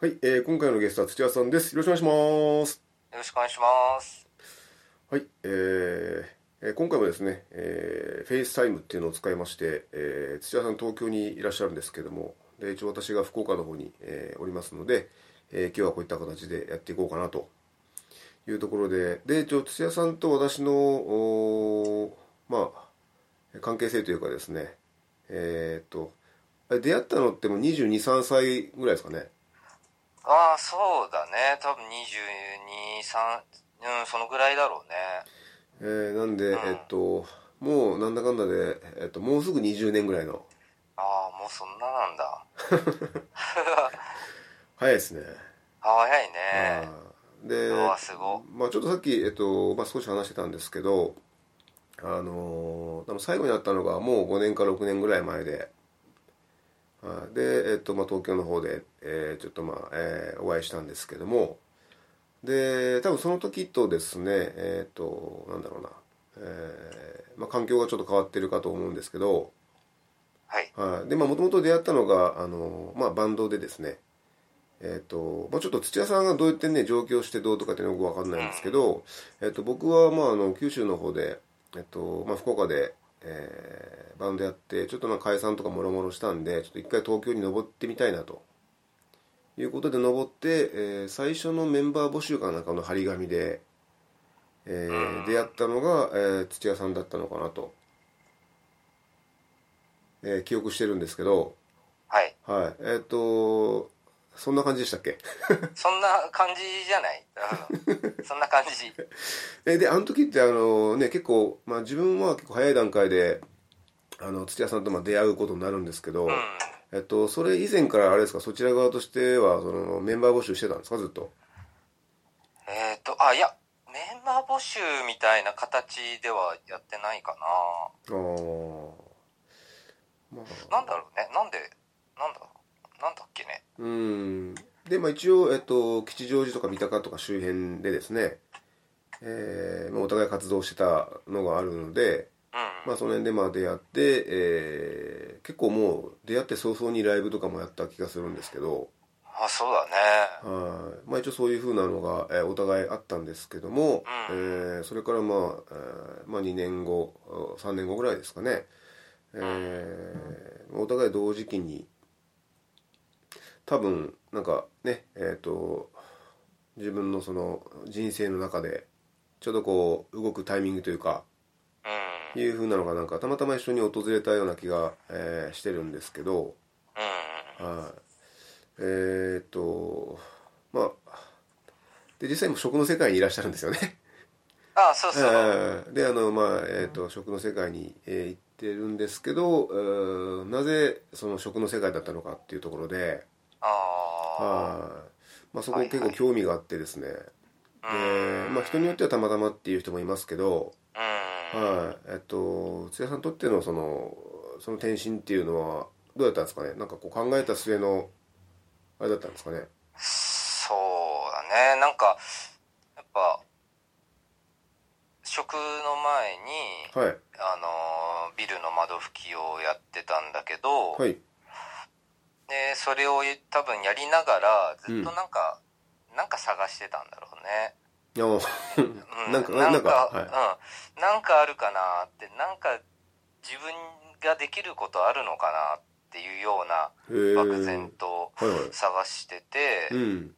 はい、えー今回のゲストは土屋さんです。よろしくお願いします。よろしくお願いします。はい、えーえー今回はですね、えーフェイスタイムっていうのを使いまして、えー土屋さん東京にいらっしゃるんですけども、で一応私が福岡の方に、えーおりますので、えー今日はこういった形でやっていこうかなというところで、で一応土屋さんと私のおーまあ関係性というかですね、えーっとあれ出会ったのってもう22、3歳ぐらいですかね。ああ、そうだね。多分22、3、うん、そのぐらいだろうね。えーなんで、えっと、もうなんだかんだで、えっと、もうすぐ20年ぐらいの、ああ、もうそんななんだ。早いですね。早いね。あーでうわ、すご。まあ、ちょっとさっき、えっとまあ、少し話してたんですけど、あのー多分最後に会ったのがもう5年か6年ぐらい前で、あーで、えっとまあ、東京の方で、えーちょっと、まあえーお会いしたんですけども、で多分その時とですね、えっとなんだろうな、えーまあ、環境がちょっと変わってるかと思うんですけど、はい。はい、でまあもともと出会ったのがあの、まあ、バンドでですねえっ、と、まあ、ちょっと土屋さんがどうやってね上京してどうとかっていうのはよく分かんないんですけど、えっと僕はまああの九州の方で、えっとまあ、福岡で、えーバンドやってちょっとまあ解散とかもろもろしたんでちょっと一回東京に登ってみたいなということで登って、えー最初のメンバー募集かなんかの張り紙で、えーうん出会ったのが、えー土屋さんだったのかなと、えー記憶してるんですけどはい。はいえっ、とそんな感じでしたっけそんな感じじゃない。うんそんな感じ。えであの時ってあのね結構、まあ、自分は結構早い段階であの土屋さんとまあ出会うことになるんですけど、うん。えっと、それ以前からあれですかそちら側としてはそのメンバー募集してたんですかずっとえっ、と、あ、いや、メンバー募集みたいな形ではやってないかああまあな。なんだろうね。なんで、なんだろう。なんだっけね。うんで、まあ、一応、えっと、吉祥寺とか三鷹とか周辺でですね、えーまあ、お互い活動してたのがあるので、うん。まあ、その辺でまあ出会って、えー結構もう出会って早々にライブとかもやった気がするんですけど、あ、そうだね。はいまあ、一応そういうふうなのが、えーお互いあったんですけども、うんえーそれから、まあえーまあ、2年後3年後ぐらいですかね、えーお互い同時期に多分なんかねえっ、と自分のその人生の中でちょうどこう動くタイミングというかうん。いうふうなのがなんかたまたま一緒に訪れたような気が、えーしてるんですけど。うん。はい、えーっとまあで実際もう食の世界にいらっしゃるんですよねあそうそ う。はいであのまあえーっと食の世界に、えー行ってるんですけど、えーなぜその食の世界だったのかっていうところで、あはいまあ、そこ結構興味があってですね、あ。うん。でまあ、人によってはたまたまっていう人もいますけど、うん。はいえっと土屋さんにとってのそのその転身っていうのはどうだったんですかねなんかこう考えた末のあれだったんですかねそうだね。なんか、やっぱ、食の前に、はいあのー、ビルの窓拭きをやってたんだけど、はいで、それを多分やりながら、ずっとなんか、なんか探してたんだろうね。いやもううん、なんかななんんかかうん、なんかあるかなって、なんか自分ができることあるのかなっていうような、へー 漠然とはいはい探してて、うん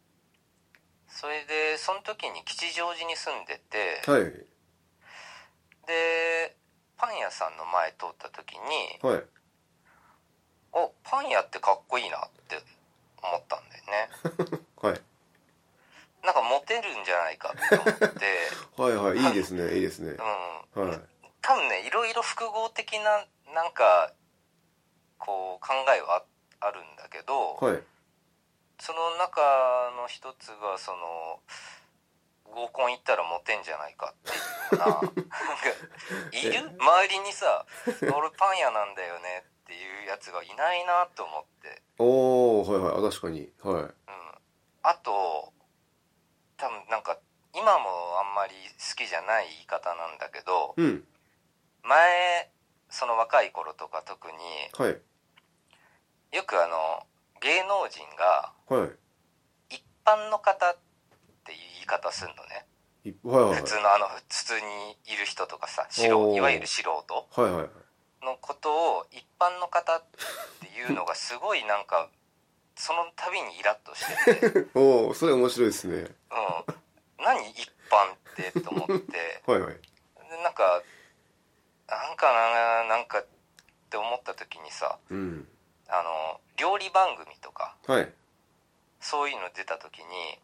それでその時に吉祥寺に住んでて、はいでパン屋さんの前通った時にはいおパン屋ってかっこいいなって思ったんだよねはいなんかモテるんじゃないかって思って、 はいはいいいですねいいですねうん、はい多分ねいろいろ複合的ななんかこう考えはああるんだけど、はいその中の一つがその合コン行ったらモテんじゃないかっていうようななんかいる周りにさ「俺パン屋なんだよね」っていうやつがいないなと思って、おーはいはいあ確かにはうん、あと多分なんか今もあんまり好きじゃない言い方なんだけどいうん前その若い頃とか特にはいよくあの芸能人がは一般の方っていう言い方するのねいいはいはい普通のあの普通にいる人とかさ素人おーいわゆる素人はいはいのことを一般の方っていうのがすごいなんかその度にイラッとして て、うん、おおそれ面白いですね何一般ってと思ってではいはいなんかなんかななんかって思った時にさうんあの料理番組とかはいそういうの出た時に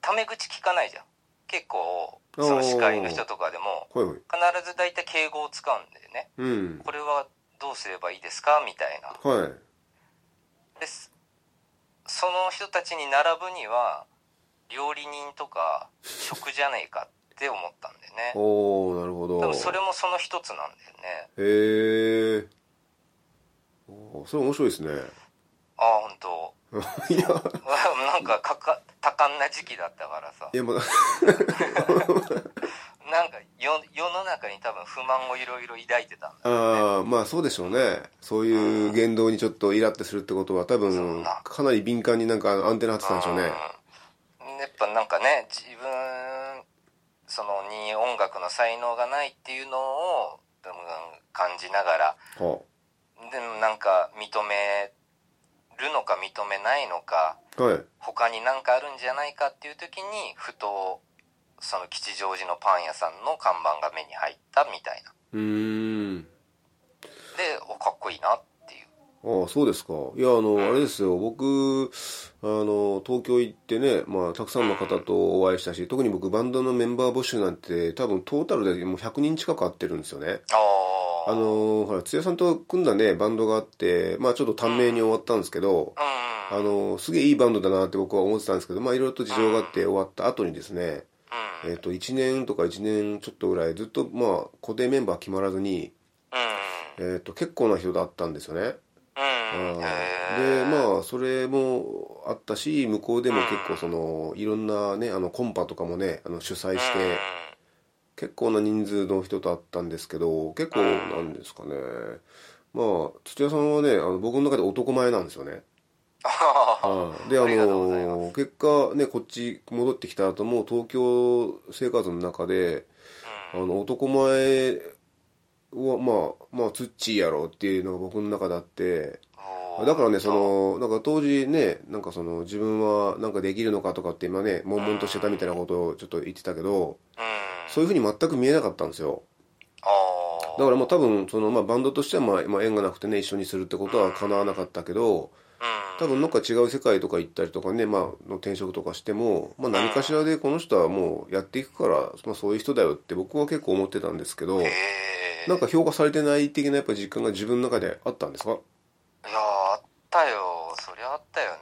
タメ口聞かないじゃん結構おーその司会の人とかでもはいはい必ず大体敬語を使うんだよねうんこれはどうすればいいですかみたいなはいですその人たちに並ぶには料理人とか食じゃねえかって思ったんだよねおおなるほど多分それもその一つなんだよねへえおーそれ面白いですね ああ本当 いやなんかかか多感な時期だったからさいやま あなんかよ世の中に多分不満をいろいろ抱いてたんだあーまあそうでしょうねそういう言動にちょっとイラってするってことは多そう分だかなり敏感になんかアンテナ張ってたんでしょうねうんやっぱなんかね自分そのに音楽の才能がないっていうのをうん感じながらはでもなんか認めるのか認めないのかあはい他に何かあるんじゃないかっていう時にふとその吉祥寺のパン屋さんの看板が目に入ったみたいなうーんでおかっこいいなっていうああそうですかいやあのあれですよ僕あの東京行ってね、まあ、たくさんの方とお会いしたし特に僕バンドのメンバー募集なんて多分トータルでもう100人近く会ってるんですよねああのほら津屋さんと組んだねバンドがあってまあちょっと短命に終わったんですけど、ああのすげえいいバンドだなって僕は思ってたんですけどまあいろいろと事情があって終わった後にですね、うんうんうんえっと1年とか1年ちょっとぐらいずっとまあ固定メンバー決まらずに、えっと結構な人だったんですよね、うんうんうんへでーまあそれもあったし向こうでも結構そのいろんなねあのコンパとかもねあの主催して、うん結構な人数の人と会ったんですけど結構なんですかね、まあ土屋さんはねあの僕の中で男前なんですよねはいであありがとうございの結果ねこっち戻ってきた後も東京生活の中であの男前はまあまあツッチーやろっていうのが僕の中であってお ーだからねそのなんか当時ねなんかその自分はなんかできるのかとかって今ね悶々としてたみたいなことをちょっと言ってたけどうんそういうふうに全く見えなかったんですよあーだからもう多分そのまあバンドとしてはまあまあ縁がなくてね一緒にするってことは叶わなかったけどうん多分なんか違う世界とか行ったりとかね、まあ、の転職とかしても、まあ、何かしらでこの人はもうやっていくから、まあ、そういう人だよって僕は結構思ってたんですけどへーなんか評価されてない的なやっぱ実感が自分の中であったんですかいやーあったよそりゃあったよ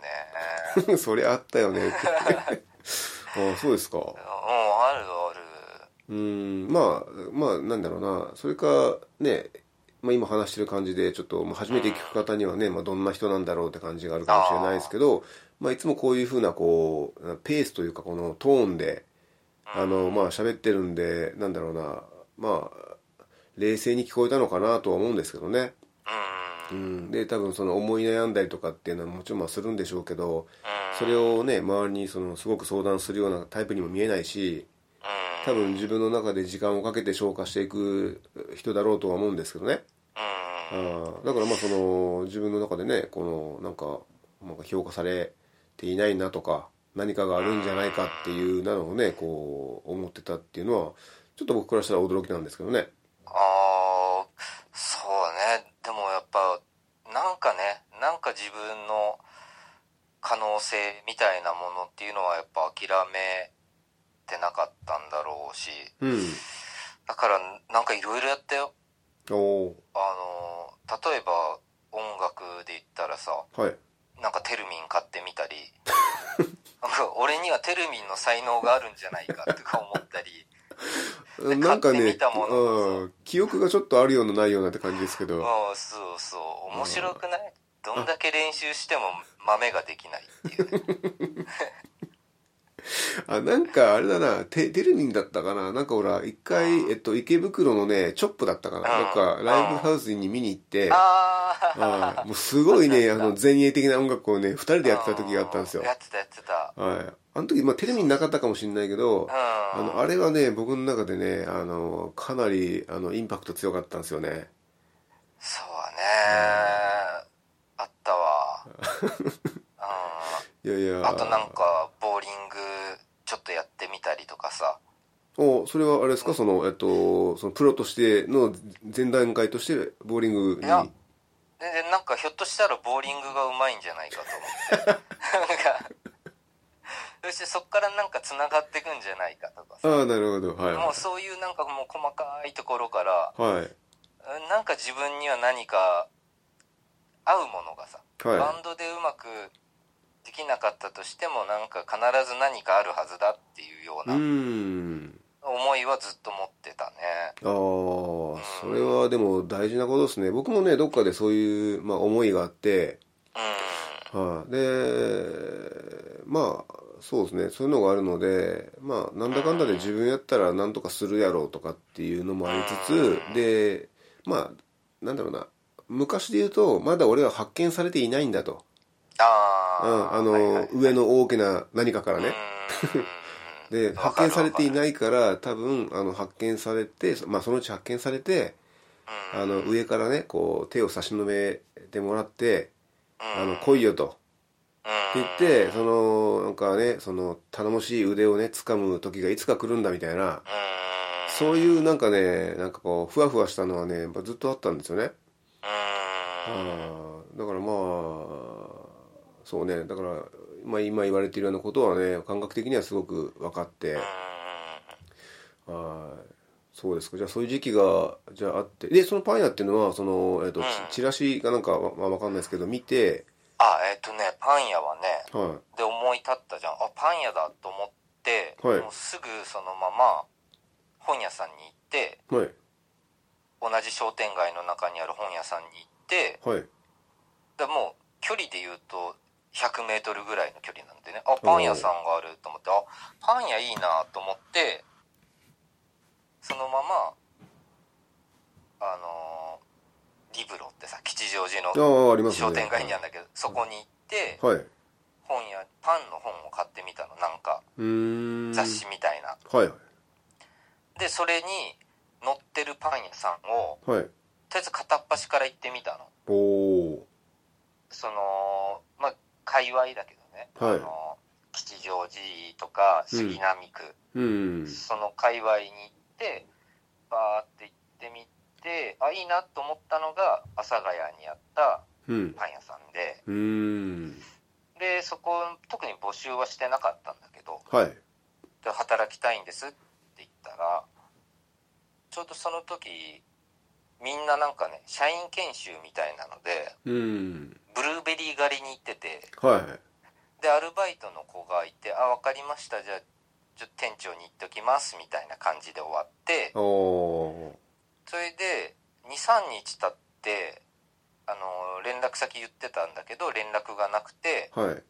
ねそれあったよねってああそうですかうんあるあうるんまあまあなんだろうなそれかね、まあ、今話してる感じでちょっとまあ初めて聞く方にはね、まあ、どんな人なんだろうって感じがあるかもしれないですけどまあ、いつもこういうふうなこうペースというかこのトーンであのまあ喋ってるんでなんだろうなまあ冷静に聞こえたのかなとは思うんですけどね、うんうん、で多分その思い悩んだりとかっていうのはもちろんまあするんでしょうけどうんそれをね周りにそのすごく相談するようなタイプにも見えないし多分自分の中で時間をかけて消化していく人だろうとは思うんですけどね、あうんーだからまあその自分の中でねこのなんかなんか評価されていないなとか何かがあるんじゃないかっていうなのをねこう思ってたっていうのはちょっと僕からしたら驚きなんですけどねああそうねでもやっぱなんかねなんか自分の可能性みたいなものっていうのはやっぱ諦めてなかったんだろうしうんだからなんかいろいろやったよおーあの例えば音楽で言ったらさはいなんかテルミン買ってみたりなんか俺にはテルミンの才能があるんじゃないかとか思ったりでなんか買ってねみたものをうん記憶がちょっとあるようなないようなって感じですけどうんそうそう面白くないどんだけ練習しても豆ができないっていうね、あなんかあれだなテテルミンだったかななんかほら一回、えっと、池袋のねチョップだったかなうんなんかライブハウスに見に行ってあはあいもうすごいねああの前衛的な音楽をね二人でやってた時があったんですよやってたやってたはいあの時、まあ、テレビになかったかもしれないけどうんあのあれはね僕の中でねあのかなりあのインパクト強かったんですよねそうねあった わういやいんやあとなんかボーリングちょっとやってみたりとかさおそれはあれですかその、えっと、そのプロとしての前段階としてボーリングにいやででなんかひょっとしたらボーリングがうまいんじゃないかと思ってなんかそしてそっからなんかつながってくんじゃないかとかさああなるほどはいもうそういうなんかもう細かいところからはいうんなんか自分には何か合うものがさバはンドでうまくできなかったとしてもなんか必ず何かあるはずだっていうよういうなーん思いはずっと持ってたねああそれはでも大事なことですね僕もねどっかでそういう、まあ、思いがあってうはい、でまあそうですねそういうのがあるのでまあなんだかんだで自分やったらなんとかするやろうとかっていうのもありつつでまあなんだろうな昔で言うとまだ俺は発見されていないんだと、んうあん、ああの、上の大きな何か からね、で発見されていいないから多分あの発見されて、まあ、そのうち発見されてあの上からねこう手を差し伸べてもらってあの来いよと。って言ってそのなんかねその頼もしい腕をね掴む時がいつか来るんだみたいなそういうなんかねなんかこうふわふわしたのはねやっぱずっとあったんですよね、あーだからまあそうねだから、まあ、今言われているようなことはね感覚的にはすごく分かってはいそうですかじゃあそういう時期がじゃああってでそのパン屋っていうのはその、えっとうんチラシかなんかは、まあ、分かんないですけど見てあえっとねパン屋はねはで思い立ったじゃんあパン屋だと思って、はいもうすぐそのまま本屋さんに行っていはい同じ商店街の中にある本屋さんに行ってはいでもう距離で言うと100メートルぐらいの距離なんでねあパン屋さんがあると思ってあパン屋いいなと思ってそのままあのーリブロってさ吉祥寺あのあありますね商店街にあるんだけどそこに行ってはい。う本屋パンの本を買ってみたのなんかーん。雑誌みたいな。はいでそれに載ってるパン屋さんをはい。はい。とりあえず片っ端から行ってみたのおおそのまあ界隈だけどね、はいあの吉祥寺とか杉並区、ー。うん。その界隈に行ってバーって行ってみてあいいなと思ったのが阿佐ヶ谷にあったうん。パン屋さんでうーん。でそこ特に募集はしてなかったんだけどはい。で働きたいんですって言ったらちょうどその時みんななんかね社員研修みたいなのでうん。ブルーベリー狩りに行っててはでアルバイトの子がいて「あ分かりましたじゃあちょっと店長に行っときます」みたいな感じで終わってい。おおそれで23日経ってあの連絡先言ってたんだけど連絡がなくてー。はい。で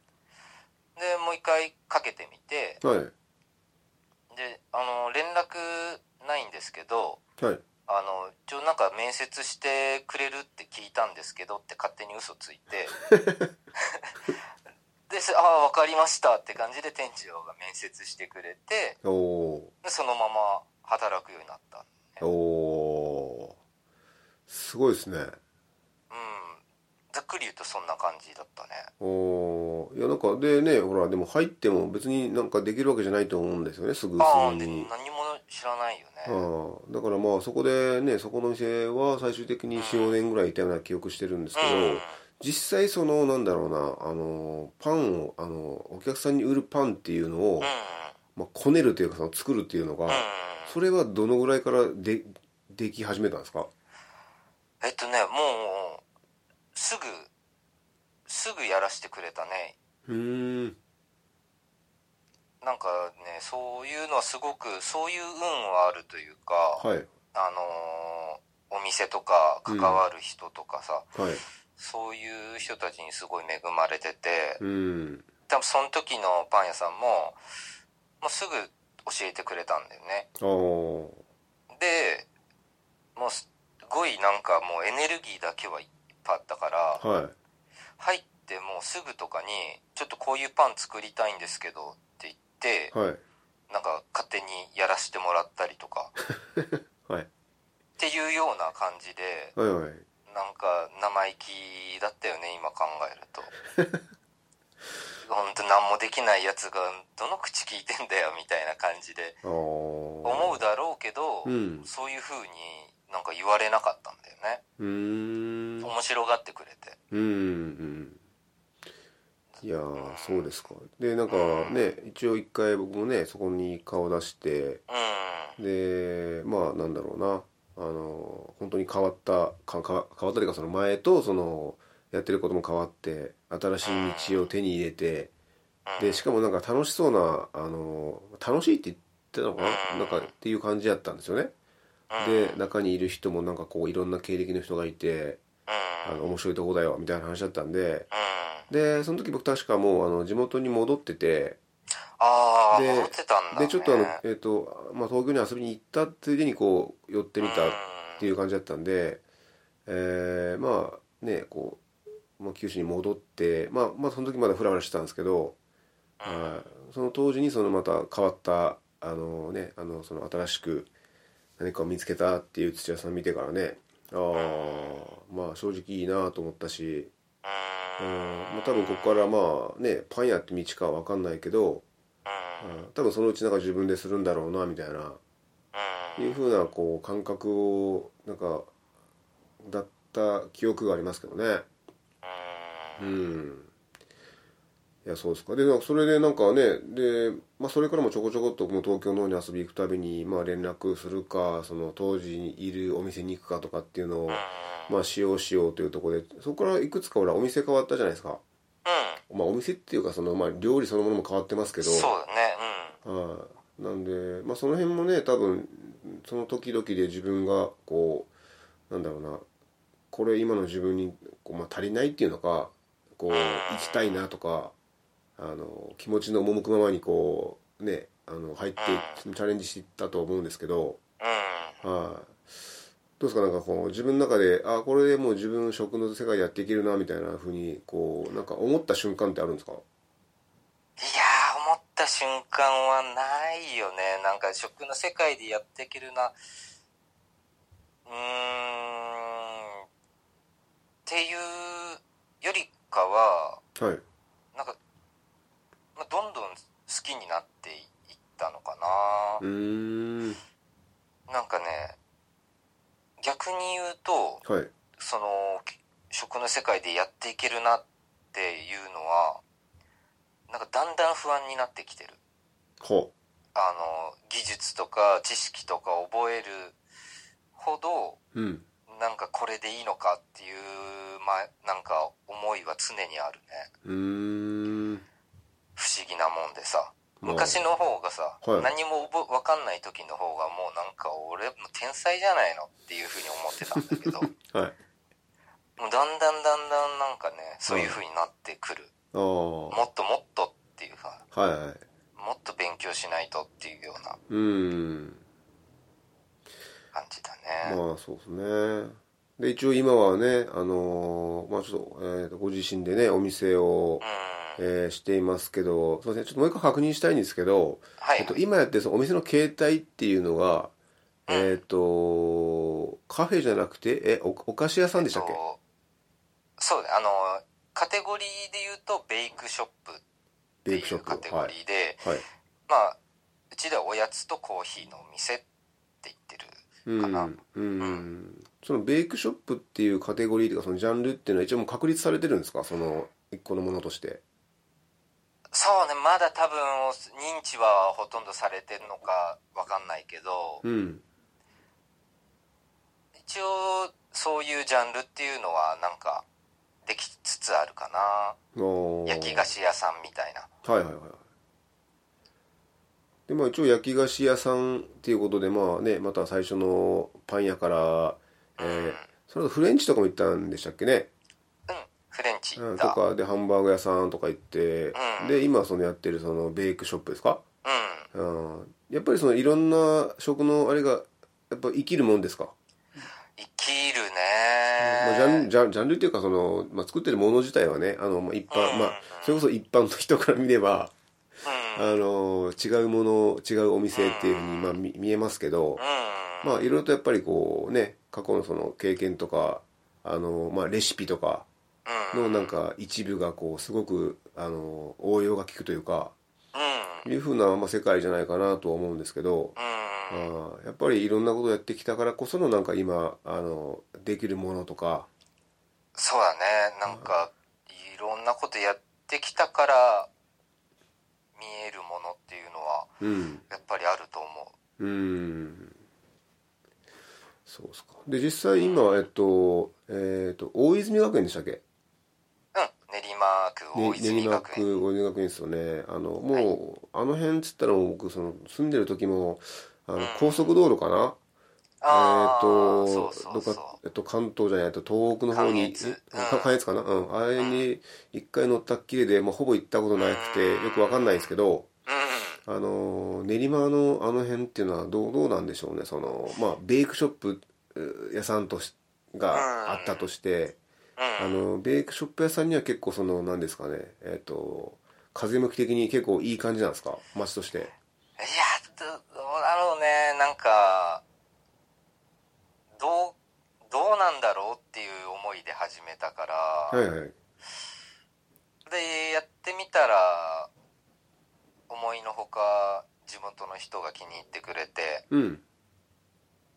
もう一回かけてみてはい。であの連絡ないんですけどはい。あの一応なんか面接してくれるって聞いたんですけどって勝手に嘘つい てで「ああ分かりました」って感じで店長が面接してくれておおでそのまま働くようになったー。おーすごいですね。うんざっくり言うとそんな感じだったねおーいや、なんか、でね、ほら、でも入っても別になんかできるわけじゃないと思うんですよね、すぐああすぐでに。何も知らないよねああだからまあそこでねそこの店は最終的に4、5年ぐらいいたような記憶してるんですけうど、ん実際そのなんだろうなあのパンをあのお客さんに売るパンっていうのを、うんまあ、こねるというかその作るっていうのが、うんそれはどのぐらいからででき始めたんですかえっとねもうすぐすぐやらしてくれたねうーんなんかねそういうのはすごくそういう運はあるというか、はいあのーお店とか関わる人とかさ、はいそういう人たちにすごい恵まれててうん多分その時のパン屋さんももうすぐ教えてくれたんだよねああーでもうすっごいなんかもうエネルギーだけはいっぱいあったからはい入ってもうすぐとかに「ちょっとこういうパン作りたいんですけど」って言ってはいなんか勝手にやらせてもらったりとかはいっていうような感じではいはいなんか生意気だったよね今考え ると本当何もできないやつがどの口聞いてんだよみたいな感じでああ思思うだろうけど、うんそういう風になんか言われなかったんだよねうーん面白がってくれてうんうんいやうーんそうですかでなんかね一応一回僕もねそこに顔出してうでまあなんだろうなあの本当に変わったか変わ変わったというかその前とそのやってることも変わって新しい道を手に入れてんでしかもなんか楽しそうなあの楽しいって言ってたのかうなんなんかっていう感じだったんですよねうでん中にいる人もなんかこういろんな経歴の人がいてあうんの面白いとこだよみたいな話だったんでうんでその時僕確かもうあの地元に戻っててああで戻ってたんだ、ね、でちょっとあの、えっとまあ、東京に遊びに行ったついでにこう寄ってみたっていう感じだったんで、えーまあねこう、まあ、九州に戻って、まあ、まあその時まだフラフラしてたんですけど、はいその当時にそのまた変わったあのねあのその新しく何かを見つけたっていう土屋さん見てからねああまあ正直いいなと思ったし、ううんうんんまあ、多分ここからまあねパン屋って道かは分かんないけど、ううんん多分そのうちなんか自分でするんだろうなみたいなうんいうふうなこう感覚をなんかだった記憶がありますけどねうんいやそうですかでなんかそれでなんかねで、まあ、それからもちょこちょこっともう東京の方に遊びに行くたびに、まあ、連絡するかその当時にいるお店に行くかとかっていうのを、まあ、使用しようというところでそこからいくつかほらお店変わったじゃないですか、うまあ、お店っていうかその、まあ、料理そのものも変わってますけんどそうだねはい、なんで、まあ、その辺もね多分その時々で自分がこうなんだろうなこれ今の自分にこう、まあ、足りないっていうのかこう生きたいなとかあの気持ちの赴くままにこうねあの入ってチャレンジしていったと思うんですけど、うんはい、どうですかなんかこう自分の中であこれでもう自分食の世界でやっていけるなみたいなふうにこうなんか思った瞬間ってあるんですかいやー思った瞬間はないよねなんか食の世界でやっていけるなうーんっていうよりかははいなんか、まあ、どんどん好きになっていったのかな、うーんなんかね、逆に言うと、はいその、き食の世界でやっていけるなっていうのは、なんかだんだん不安になってきてる。ほあの、技術とか知識とか覚えるほど、ううんなんかこれでいいのかっていう、まあ、なんか思いは常にあるうーんね。不思議なもんでさ。まあ昔の方がさ、はい何も覚えわかんない時の方がもうなんか俺もう天才じゃないのっていうふうに思ってたんだ けど、はいもうだんだんだんだんなんかねそういう風になってくる、ああはもっともっとっていうかいはいもっと勉強しないとっていうようなうーん感じだね、まあそうですねで一応今はねあのーまあちょっと,、えーとご自身でねお店を、うんえーしていますけどすいませんちょっともう一回確認したいんですけど、はい、えっと、今やってるそのお店の形態っていうのがえっ、とカフェじゃなくてえおお菓子屋さんでしたっけ、とそうだあのカテゴリーで言うとベイクショップってベいイクショうップカテゴリーで、はいまあうちではおやつとコーヒーのお店って言ってるうんかなうん、んそのベイクショップっていうカテゴリーというかそのジャンルっていうのは一応もう確立されてるんですかその一個のものとしてそうねまだ多分認知はほとんどされてるのかわかんないけど、うん一応そういうジャンルっていうのはなんかできつつあるかなおー焼き菓子屋さんみたいなはいはいはいはいでまあ一応焼き菓子屋さんっていうことでまあねまた最初のパン屋から、えーそれとフレンチとかも行ったんでしたっけね、うんフレンチう行ん、っとたかでハンバーグ屋さんとか行って、うんで今そのやってるそのベイクショップですか、うんうん、やっぱりそのいろんな食のあれがやっぱ生きるもんですか、生きるまあ、ジャねンジャンジャンルっていうかその、まあ、作ってるもの自体はねあの、まあ、一般、うんまあ、それこそ一般の人から見れば、うんあの違うもの違うお店っていうふうに、まあ、み見えますけど、うんまあいろいろとやっぱりこうね過去のその経験とかあの、まあ、レシピとかうんのなんか一部がこうすごくあの応用が効くというかうんいうふうな、まあ、世界じゃないかなとは思うんですけど、あうんーやっぱりいろんなことをやってきたからこそのなんか今あのできるものとか、そうだねなんかいろんなことやってきたから見えるものっていうのはうん、やっぱりあると思ううーんそうですかで実際今えっとえっと大泉学園でしたっけうん練馬区ね大練泉馬学園区大泉学院ですよねあのもう、あの辺っつったらもう僕その住んでる時もあのうん高速道路かな、あえっあとそうそうどっかそえっと関東じゃないえっと東北の方に関越えうん関越かなうんあれに一回乗ったっきりで、まあ、ほぼ行ったことなくてうんよくわかんないんですけどううんあの練馬のあの辺っていうのはどうどうなんでしょうねそのまあベイクショップう屋さんとしがあったとして、あうんのベイクショップ屋さんには結構その何ですかねえっ、と風向き的に結構いい感じなんですか街としていやどどうだろうねなんかどうどうなんだろうっていう思いで始めたから、はいはいでやってみたら思いのほか地元の人が気に入ってくれてうん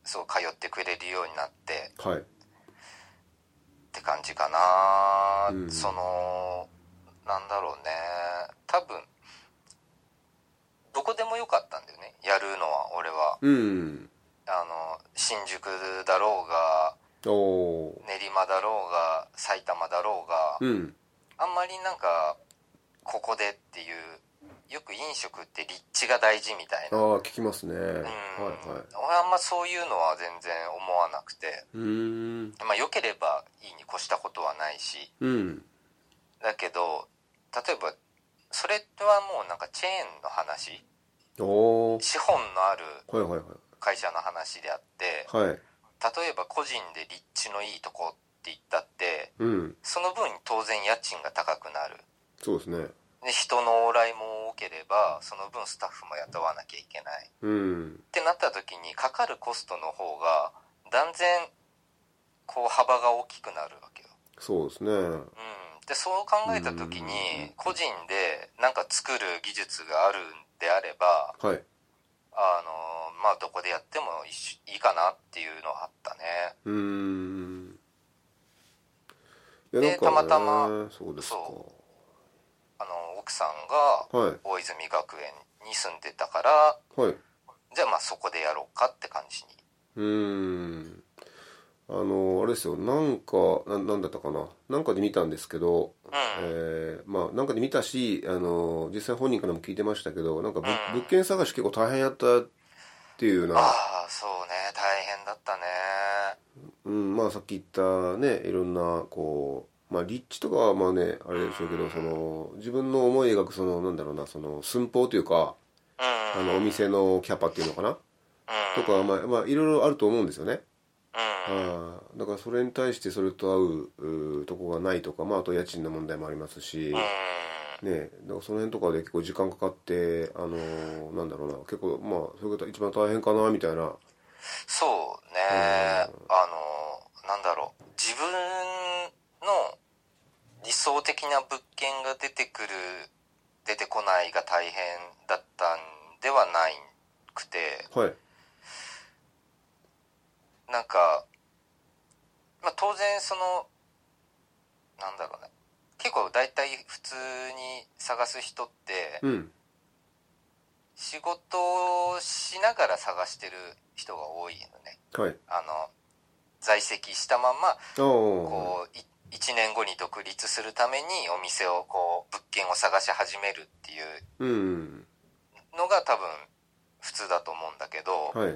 そう通ってくれるようになってはいって感じかな、うんそのなんだろうね多分どこでもよかったんだよねやるのは俺はうんあの新宿だろうがおお練馬だろうが埼玉だろうが、ーうんあんまりなんかここでっていうよく飲食って立地が大事みたいああな、うん聞きますね、はいはい俺あんまそういうのは全然思わなくてうーんまあ良ければいいに越したことはないしうんだけど例えばそれはもうなんかチェーンの話おお資本のあるはいはい会社の話であってはいはい例えば個人で立地のいいとこって言ったってうんその分当然家賃が高くなるそうですねで人の往来も多ければその分スタッフも雇わなきゃいけないっうんてなった時にかかるコストの方が断然こう幅が大きくなるわけよ、そうですねうん、でそう考えた時に個人でなんか作る技術があるんであればはいあのまあどこでやっても一緒いいかなっていうのはあったねうーんいやでなんかたまたまそうですそかあの奥さんがはい大泉学園に住んでたからはいじゃあまあそこでやろうかって感じにうーん。あの、あれですよ、なんか、な、なんだったかな。なんかで見たんですけど、うんえーまあ、なんかで見たし、あの、実際本人からも聞いてましたけど、なんかぶうん物件探し結構大変やったっていうような、ああそうね大変だったねうん、まあ、さっき言ったね、いろんな、こう、まあ、立地とかはまあね、あれでしょうけど、その、自分の思い描く、その、なんだろうな、その、寸法というか、うんあの、お店のキャパっていうのかな、うとんか、まあ、まあ、いろいろあると思うんですよね。うんああだからそれに対してそれと合ううーとこがないとか、まあ、あと家賃の問題もありますし、うんねえ、だからその辺とかで結構時間かかって、あのーなんだろうな結構まあそういうことが一番大変かなみたいなそうねあのなんだろう自分の理想的な物件が出てくる出てこないが大変だったんではないくてはいなんか、まあ、当然そのなんだろうね結構大体普通に探す人って、うん仕事をしながら探してる人が多いのねはいあの在籍したままああこうい1年後に独立するためにお店をこう物件を探し始めるっていううんのが多分普通だと思うんだけど、はい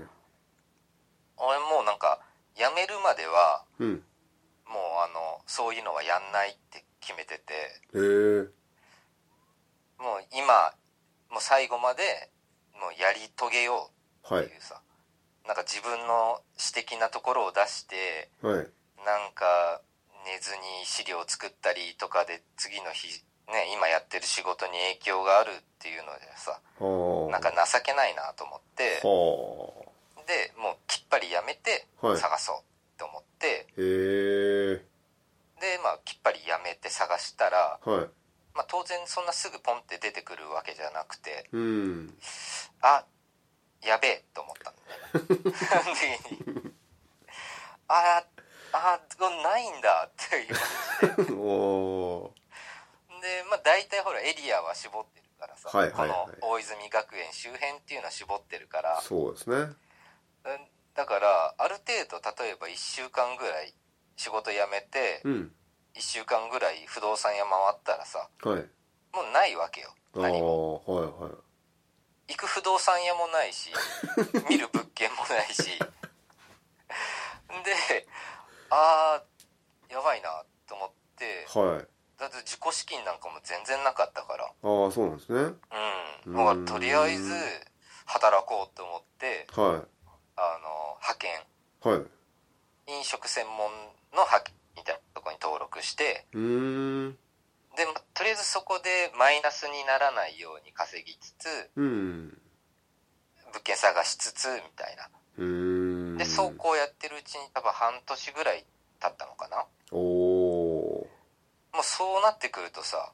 俺もうなんか辞めるまではうんもうあのそういうのはやんないって決めててへえもう今もう最後までもうやり遂げようはっていいうさ、なんか自分の私的なところを出してはいなんか寝ずに資料を作ったりとかで次の日ね今やってる仕事に影響があるっていうのでさはあなんか情けないなと思ってはでもうきっぱりやめてあはい探そうと思って、へえでまあきっぱりやめて探したら、はいまあ、当然そんなすぐポンって出てくるわけじゃなくてうん あやべえと思っ たんだ でああこれないんだっていうおーで、まあ、大体ほらエリアは絞ってるからさ、はいはいはいこの大泉学園周辺っていうのは絞ってるからそうですねうんだからある程度例えば1週間ぐらい仕事辞めてうん1週間ぐらい不動産屋回ったらさはいもうないわけよああ何もはいはい行く不動産屋もないし 見る物件もないしでああやばいなと思ってはいだって自己資金なんかも全然なかったからああそうなんですねうんうーもんうとりあえず働こうと思ってはあの派遣いはい飲食専門の派遣みたいなとこに登録してうーんでまとりあえずそこでマイナスにならないように稼ぎつつうん物件探しつつみたいなうーんでそうこうやってるうちに多分半年ぐらい経ったのかなおおもうそうなってくるとさ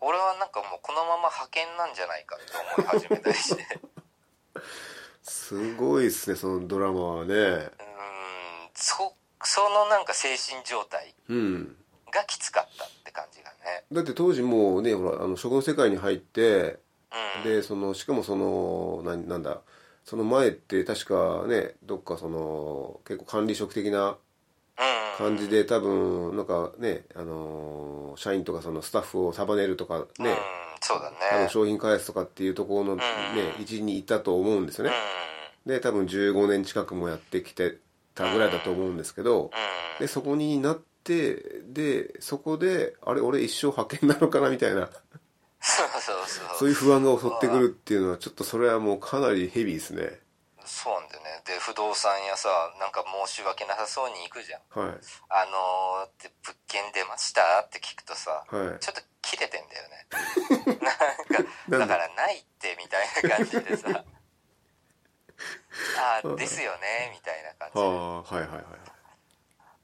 俺はなんかもうこのまま派遣なんじゃないかと思い始めたり してうすごいですねそのドラマはねーんそそのなんか精神状態うんがきつかったって感じがねだって当時もうねほらあの食の世界に入ってうんでそのしかもそのななんだその前って確かねどっかその結構管理職的なうん感じで多分なんかねあのー社員とかそのスタッフを束ねるとかうんねそうだね多分商品開発とかっていうところのねうん一員にいたと思うんですようんねで多分15年近くもやってきてたぐらいだと思うんですけどうんでそこになってでそこであれ俺一生派遣なのかなみたいなそうそうそうそういう不安が襲ってくるっていうのはちょっとそれはもうかなりヘビーですねそうなんだよねで不動産屋さなんか申し訳なさそうに行くじゃんは「あのー」って「物件出ました?」って聞くとさいはいちょっと切れてんだよね なんかだから「ないって」みたいな感じ でさ「ああですよね」みたいな感あじあはいはいはい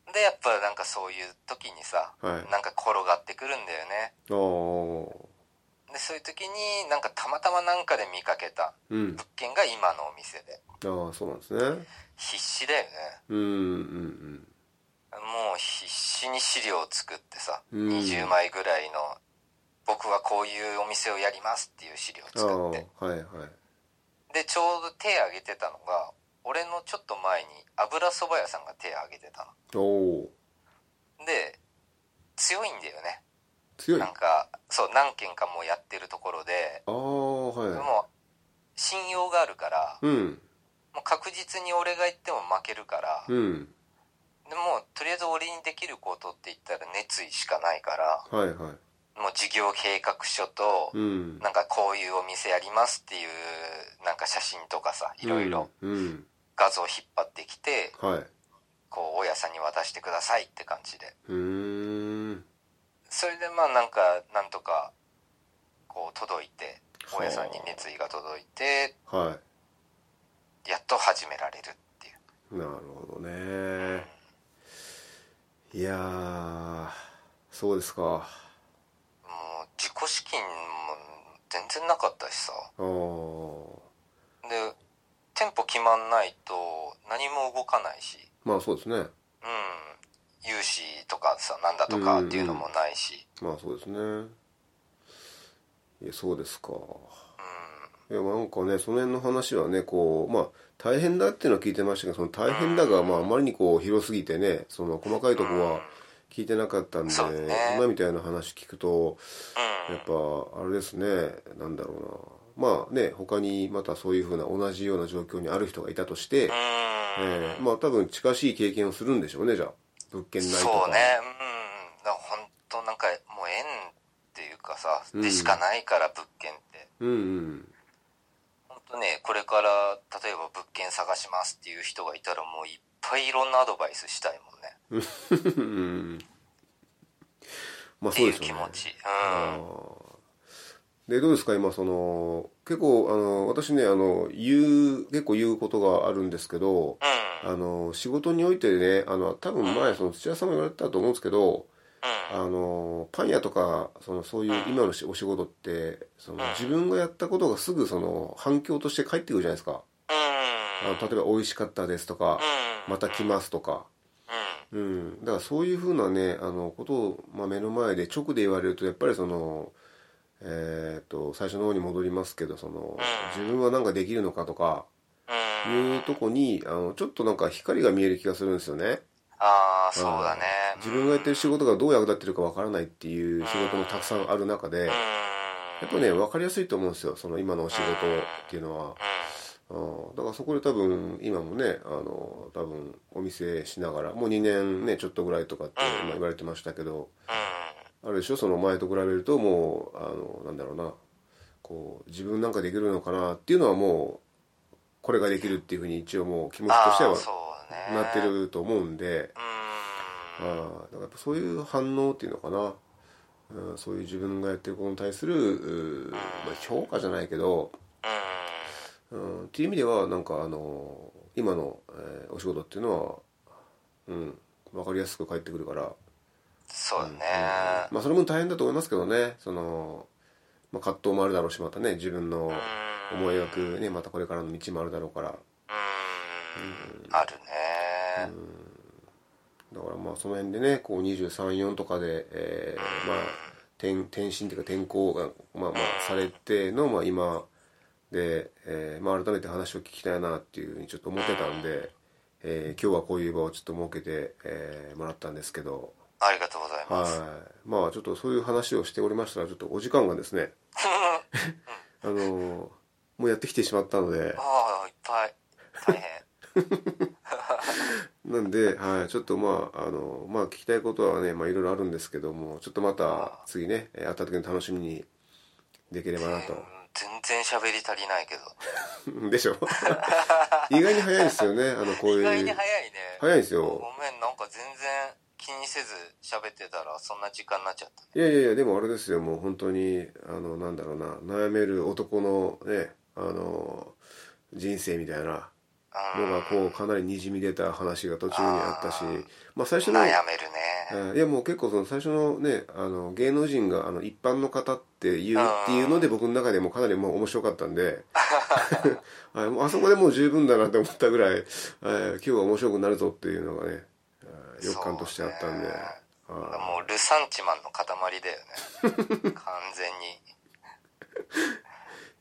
ででやっぱなんかそういう時にさはいなんか転がってくるんだよねああでそういう時になんかたまたまなんかで見かけたうん物件が今のお店でああそうなんですね必死だよねうんうんもう必死に資料を作ってさ、うん20枚ぐらいの僕はこういうお店をやりますっていう資料うをんああ作っはいてはいでちょうど手挙げてたのが俺のちょっと前に油そば屋さんが手挙げてたおおので強いんだよね強いなんかそう何軒かもうやってるところでああはもう信用があるからいうんもう確実に俺が言っても負けるからうんでもうとりあえず俺にできることって言ったら熱意しかないからはいはもう事業計画書というんなんかこういうお店やりますっていうなんか写真とかさいろいろうんうん画像引っ張ってきてはいこう大家さんに渡してくださいって感じでうーんそれでまあなんかなんとかこう届いてはあ大家さんに熱意が届いてはやっと始められるっていういなるほどねいやーそうですかもう自己資金も全然なかったしさああで店舗決まんないと何も動かないしまあそうですねうん融資とかさなんだとかっていうのもないし、まあそうですねいやそうですかういやまあなんかねその辺の話はねこうまあ大変だっていうのは聞いてましたけどその大変だがまああまりにこう広すぎてねその細かいとこんうんは聞いてなかったんで、そうね今みたいな話聞くとうやんっぱあれですねなんだろうなまあね他にまたそういうふうな同じような状況にある人がいたとして、うえんーまあ多分近しい経験をするんでしょうねじゃあ物件内とかそうねうんだから本当なんかもう縁っていうかさでしかないから物件ってうんうん本当ねこれから例えば物件探しますっていう人がいたらもういっぱいいろんなアドバイスしたいもんねうんうんまあってそういですよねう気持ちあーでどうですか今その結構あの私ねあの言う結構言うことがあるんですけどうんうんあの仕事においてねあの多分前その土屋さんも言われたと思うんですけどうんあのパン屋とかそのそういううん今のしお仕事ってそのうん自分がやったことがすぐその反響として返ってくるじゃないですかあの例えば「美味しかったです」とか「また来ます」とかううん、だからそういうふうなねあのことを、まあ、目の前で直で言われるとやっぱりその、えー、と最初の方に戻りますけどそのうん自分は何かできるのかとかんうんいうとこにあのちょっとなんか光が見える気がするんですよねああそうだねうん自分がやってる仕事がどう役立ってるかわからないっていう仕事もたくさんある中でうんやっぱね分かりやすいと思うんですよその今のお仕事っていうのは。うんだからそこで多分今もねあの多分お店しながらもう2年ねちょっとぐらいとかってうん今言われてましたけどうあるでしょその前と比べるともうあのなんだろうなこう自分なんかできるのかなっていうのはもうこれができるっていうふうに一応もう気持んちとしてあーはそうねなってると思うんでうあんーだからやっぱそういう反応っていうのかな、うん、そういう自分がやってることに対する、うーまあ、評価じゃないけどうん、っていう意味ではなんかあの今の、えーお仕事っていうのは、うん、分かりやすく返ってくるから、そうだねうんまあ、その分大変だと思いますけどねその、まあ、葛藤もあるだろうしまたね自分のうん思い描く、ね、またこれからの道もあるだろうからうんあるねだからまあその辺でねこう234とかで、えーまあ、転転身っていうか転校が、まあ、まあされての、まあ、今で、えーまあ、改めて話を聞きたいなっていうふうにちょっと思ってたんで、えー今日はこういう場をちょっと設けて、えーもらったんですけどありがとうございますはいまあちょっとそういう話をしておりましたらちょっとお時間がです ねあのーもうやってきてしまったのでああいっぱい大変なんで、はい、ちょっとまあ、あの、まあ、聞きたいことはね、まあ、いろいろあるんですけども、ちょっとまた、次ね、えー会った時の楽しみにできればなうん全然喋り足りないけどと。 でしょ 意外に早いですよね、あの、こう意い外うに。早いね早いですごよ。めんなんか全然気にせず喋ってたらそんな時間になっちゃったいやいやいや、でもあれですよ、もう本当に、あの、なんだろうな、悩める男のね、あの、人生みたいなうのんが、こう、かなりにじみ出た話が途中にあったしあー、まあ、最初の、悩めるねうんいやもう結構その最初のねあの芸能人があの一般の方って言うっていうので僕の中でもかなりもう面白かったん で はいもうあそこでもう十分だなと思ったぐらい、えー今日は面白くなるぞっていうのがねえー予感としてあったんで、そうねはいもうルサンチマンの塊だよ ね完全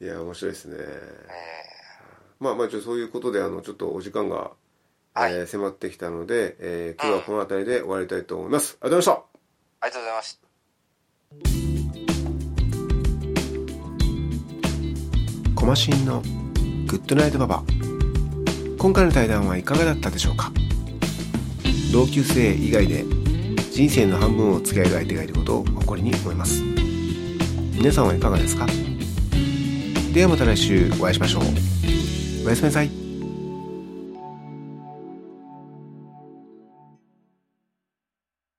にいや面白いですねえまあまあちょっとそういうことであのちょっとお時間が、はいえー迫ってきたので、えー今日はこの辺りで終わりたいと思います、ありがとうございましたーありがとうございましたコマシンのグッドナイトパパ今回の対談はいかがだったでしょうか同級生以外で人生の半分を付き合える相手がいることを誇りに思います皆さんはいかがですかではまた来週お会いしましょうおやすみなさい